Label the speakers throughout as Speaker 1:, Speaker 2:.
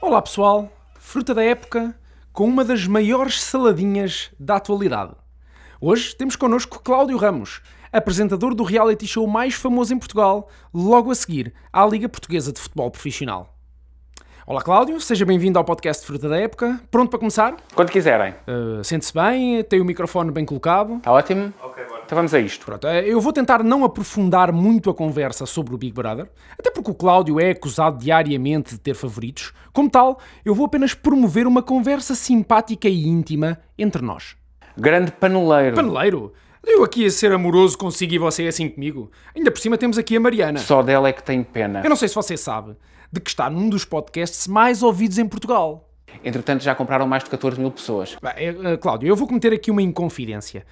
Speaker 1: Olá pessoal, fruta da época com uma das maiores saladinhas da atualidade. Hoje temos connosco Cláudio Ramos, apresentador do reality show mais famoso em Portugal, logo a seguir à Liga Portuguesa de Futebol Profissional. Olá Cláudio, seja bem-vindo ao podcast Fruta da Época. Pronto para começar?
Speaker 2: Quando quiserem.
Speaker 1: Eh, Sente-se bem, tem o microfone bem colocado.
Speaker 2: Está ótimo? Então vamos a isto.
Speaker 1: Pronto, eh, eu vou tentar não aprofundar muito a conversa sobre o Big Brother, até porque o Cláudio é acusado diariamente de ter favoritos. Como tal, eu vou apenas promover uma conversa simpática e íntima entre nós.
Speaker 2: Grande paneleiro.
Speaker 1: Paneleiro, eu aqui a ser amoroso consigo e você é assim comigo. Ainda por cima temos aqui a Mariana.
Speaker 2: Só dela é que tem pena.
Speaker 1: Eu não sei se você sabe de que está num dos podcasts mais ouvidos em Portugal.
Speaker 2: Entretanto, já compraram mais de 14 mil pessoas.
Speaker 1: Bem, eh, eh, Cláudio, eu vou cometer aqui uma inconfidência.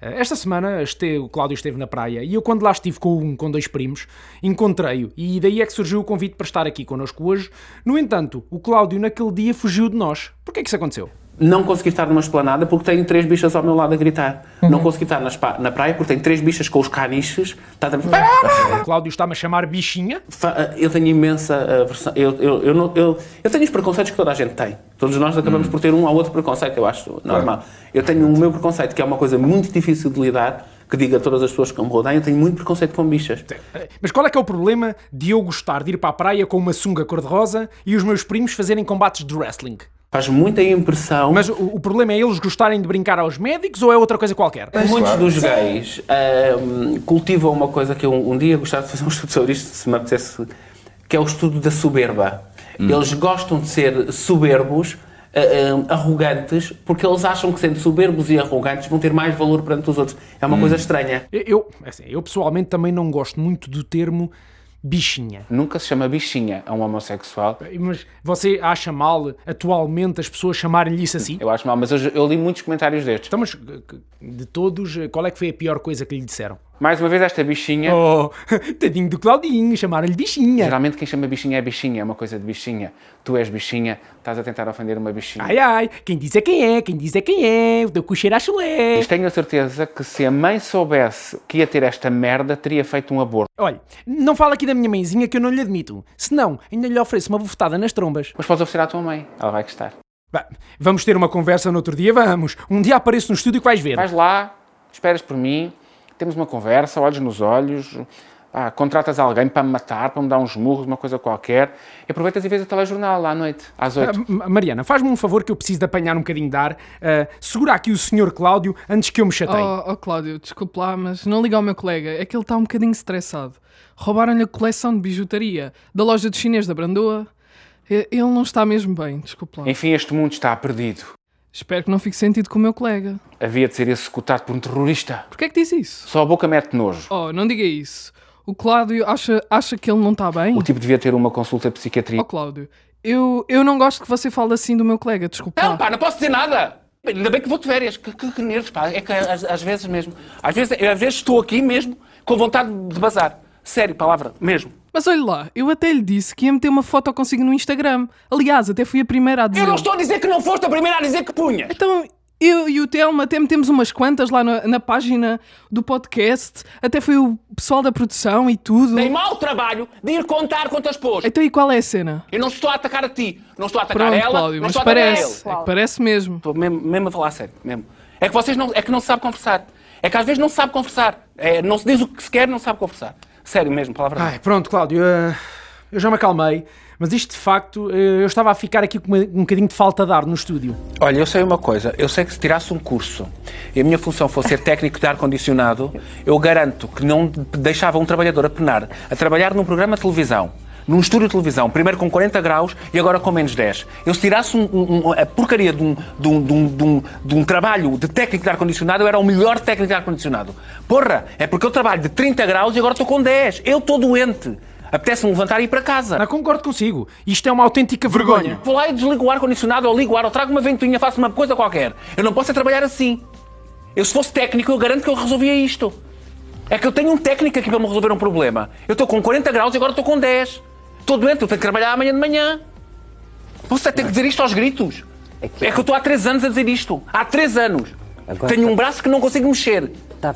Speaker 1: Eh, Esta semana este- o Cláudio esteve na praia e eu, quando lá estive com, um- com dois primos, encontrei-o e daí é que surgiu o convite para estar aqui connosco hoje. No entanto, o Cláudio naquele dia fugiu de nós. Porquê é que isso aconteceu?
Speaker 3: Não consegui estar numa esplanada porque tenho três bichas ao meu lado a gritar.
Speaker 1: Uhum.
Speaker 3: Não consegui estar na, spa- na praia porque tenho três bichas com os caniches. Tá também-
Speaker 1: O Eh, Cláudio está-me a chamar bichinha.
Speaker 3: Fa- ah, Eu tenho imensa aversão. Eu, eu, eu, não- eu- eu tenho os preconceitos que toda a gente tem. Todos nós
Speaker 2: Uhum.
Speaker 3: acabamos por ter um ou outro preconceito, eu acho normal. Eu tenho o meu preconceito, que é uma coisa muito difícil de lidar, que diga a todas as pessoas que me rodeiam, eu tenho muito preconceito com bichas.
Speaker 1: Eh, Mas qual é que é o problema de eu gostar de ir para a praia com uma sunga cor-de-rosa e os meus primos fazerem combates de wrestling?
Speaker 3: Faz muita impressão.
Speaker 1: Mas o, o problema é eles gostarem de brincar aos médicos ou é outra coisa qualquer?
Speaker 3: Muitos dos gays ahm, cultivam uma coisa que eu um dia gostava de fazer um estudo sobre isto, se me apetecesse, que é o estudo da soberba.
Speaker 2: Hum.
Speaker 3: Eles gostam de ser soberbos, ah, ahm, arrogantes, porque eles acham que sendo soberbos e arrogantes vão ter mais valor perante os outros. É
Speaker 2: Hum.
Speaker 3: uma coisa estranha.
Speaker 1: Eu- Eu, assim, eu pessoalmente também não gosto muito do termo bichinha.
Speaker 2: Nunca se chama bichinha a um homossexual.
Speaker 1: Mas você acha mal atualmente as pessoas chamarem-lhe isso assim?
Speaker 2: Eu acho mal, mas eu, eu li muitos comentários destes.
Speaker 1: Então, mas que- que- de todos, qual é que foi a pior coisa que lhe disseram?
Speaker 2: Mais uma vez, esta bichinha.
Speaker 1: Oh, tadinho do Claudinho, chamaram-lhe bichinha.
Speaker 2: Geralmente quem chama bichinha é bichinha, é uma coisa de bichinha. Tu és bichinha, estás a tentar ofender uma bichinha.
Speaker 1: Ai ai, quem diz é quem é, quem diz é quem é, o teu cu cheira a chulé.
Speaker 2: Mas tenho a certeza que se a mãe soubesse que ia ter esta merda, teria feito um aborto.
Speaker 1: Olha, não fala aqui da minha mãezinha que eu não lhe admito. Senão, ainda lhe ofereço uma bofetada nas trombas.
Speaker 2: Mas podes oferecer à tua mãe, ela vai gostar.
Speaker 1: Bah, vamos ter uma conversa no outro dia, vamos. Um dia apareço no estúdio que vais ver.
Speaker 2: Vais lá, esperas por mim, temos uma conversa, olhos nos olhos, pá, contratas alguém para me matar, para me dar uns murros, uma coisa qualquer, e aproveitas e vês o telejornal lá à noite, às
Speaker 1: Ah,
Speaker 2: oito.
Speaker 1: M- Mariana, faz-me um favor que eu preciso de apanhar um bocadinho de ar. Ah, segura aqui o senhor Cláudio antes que eu me chateie.
Speaker 4: Oh, oh, Cláudio, desculpe lá, mas não liga ao meu colega. É que ele está um bocadinho estressado. Roubaram-lhe a coleção de bijutaria da loja de chinês da Brandoa. E- Ele não está mesmo bem, desculpe
Speaker 3: É,
Speaker 4: lá.
Speaker 2: Enfim, este mundo está perdido.
Speaker 4: Espero que não fique sentido com o meu colega.
Speaker 2: Havia de ser executado por um terrorista.
Speaker 4: Porquê é que diz isso?
Speaker 2: Só a boca mete nojo.
Speaker 4: Oh, não diga isso. O Cláudio acha, acha que ele não está bem?
Speaker 2: O tipo devia ter uma consulta de psiquiatria.
Speaker 4: Oh, Cláudio, eu, eu não gosto que você fale assim do meu colega, desculpe lá.
Speaker 3: não posso dizer nada! Ainda bem que vou de férias. Que, que, que nervos, pá. É que às, às vezes mesmo. Às vezes, eu às vezes estou aqui mesmo com vontade de bazar. Sério, palavra, mesmo.
Speaker 4: Mas olha lá, eu até lhe disse que ia meter uma foto consigo no Instagram. Aliás, até fui a primeira a dizer.
Speaker 3: Eu não estou a dizer que não foste a primeira a dizer que punha.
Speaker 4: Então, eu e o Telmo até metemos umas quantas lá na, na página do podcast. Até foi o pessoal da produção e tudo.
Speaker 3: Tem mau trabalho de ir contar quantas pôs.
Speaker 4: Então, e qual é a cena?
Speaker 3: Eu não estou a atacar a ti, não estou a atacar
Speaker 4: Pronto,
Speaker 3: ela,
Speaker 4: Cláudio,
Speaker 3: não
Speaker 4: mas
Speaker 3: estou a atacar ele.
Speaker 4: parece. É que parece mesmo.
Speaker 3: Estou mesmo, mesmo a falar a sério, mesmo. É que vocês não, é que não se sabe conversar. É que às vezes não se sabe conversar. É, não se diz o que se quer, não se sabe conversar. Sério mesmo, palavra.
Speaker 1: Ai, pronto, Cláudio, ah, eu já me acalmei, mas isto de facto, ah, eu estava a ficar aqui com uma- um bocadinho de falta de ar no estúdio.
Speaker 3: Olha, eu sei uma coisa. Eu sei que se tirasse um curso e a minha função fosse ser técnico de ar-condicionado, eu garanto que não deixava um trabalhador a penar a trabalhar num programa de televisão. Num estúdio de televisão, primeiro com 40 graus e agora com menos 10. Eu se tirasse um- um- um- a porcaria de um, de um- de um- de um- de um trabalho de técnico de ar-condicionado, eu era o melhor técnico de ar-condicionado. Porra, é porque eu trabalho de 30 graus e agora estou com 10. Eu estou doente. Apetece-me levantar e ir para casa.
Speaker 1: Não, Ah, concordo consigo, isto é uma autêntica vergonha.
Speaker 3: Vou lá e desligo o ar-condicionado ou ligo o ar, ou trago uma ventoinha, faço uma coisa qualquer. Eu não posso é trabalhar assim. Eu, se fosse técnico, eu garanto que eu resolvia isto. É que eu tenho um técnico aqui para me resolver um problema. Eu estou com 40 graus e agora estou com 10. Estou doente, eu tenho que trabalhar amanhã de manhã. Posso é ter que dizer isto aos gritos. É que eu estou há 3 anos a dizer isto. Há 3 anos.
Speaker 5: Agora
Speaker 3: tenho um braço que não consigo mexer.
Speaker 5: Tá,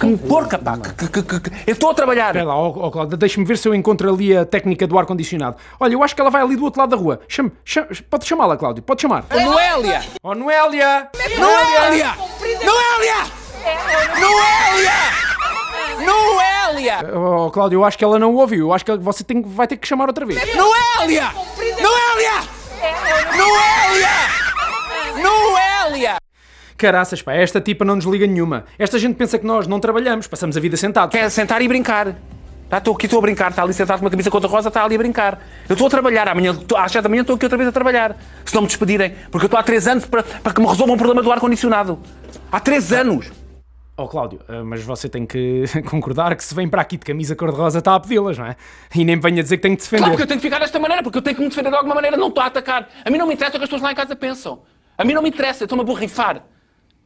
Speaker 3: Que me porca, pá! que- que- que- que- eu estou a trabalhar!
Speaker 1: Espera lá, ó ó, Cláudio, deixa-me ver se eu encontro ali a técnica do ar-condicionado. Olha, eu acho que ela vai ali do outro lado da rua. Chame, chame, pode chamá-la, Cláudio, pode chamar.
Speaker 5: Noélia!
Speaker 1: Oh, Noélia!
Speaker 5: Noélia! Noélia! Noélia! Noélia!
Speaker 1: Oh, Cláudio, eu acho que ela não o ouviu. Eu acho que você tem- vai ter que chamar outra vez.
Speaker 5: Noélia! Noélia! Noélia! Noélia!
Speaker 1: Caraças, pá, esta tipa não nos liga nenhuma. Esta gente pensa que nós não trabalhamos, passamos a vida sentados.
Speaker 3: Quer sentar e brincar. Tá, estou aqui, estou a brincar, está ali sentado com uma camisa contra rosa, está ali a brincar. Eu estou a trabalhar, amanhã, tô- às 7 da manhã estou aqui outra vez a trabalhar. Se não me despedirem, porque eu estou há 3 anos para, para que me resolvam o problema do ar-condicionado. Há 3 anos!
Speaker 1: Oh, Cláudio, ah, mas você tem que concordar que se vem para aqui de camisa cor-de-rosa está a pedi-las, não é? E nem me venha dizer que tenho que defender.
Speaker 2: Claro que eu tenho que ficar desta maneira, porque eu tenho que me defender de alguma maneira, não estou a atacar. A mim não me interessa o que as pessoas lá em casa pensam. A mim não me interessa, eu estou-me a borrifar.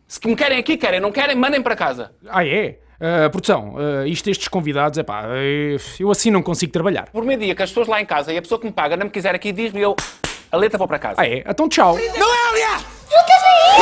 Speaker 2: Se que me querem aqui, querem, não querem, mandem para casa.
Speaker 1: Ah, é? Ah, produção, ah, isto estes convidados, é pá, eu assim não consigo trabalhar.
Speaker 2: Por meio dia que as pessoas lá em casa e a pessoa que me paga não me quiser aqui, diz-me eu, a letra vou para casa.
Speaker 1: Ah, é? Então tchau.
Speaker 5: Noélia!
Speaker 6: Eu também!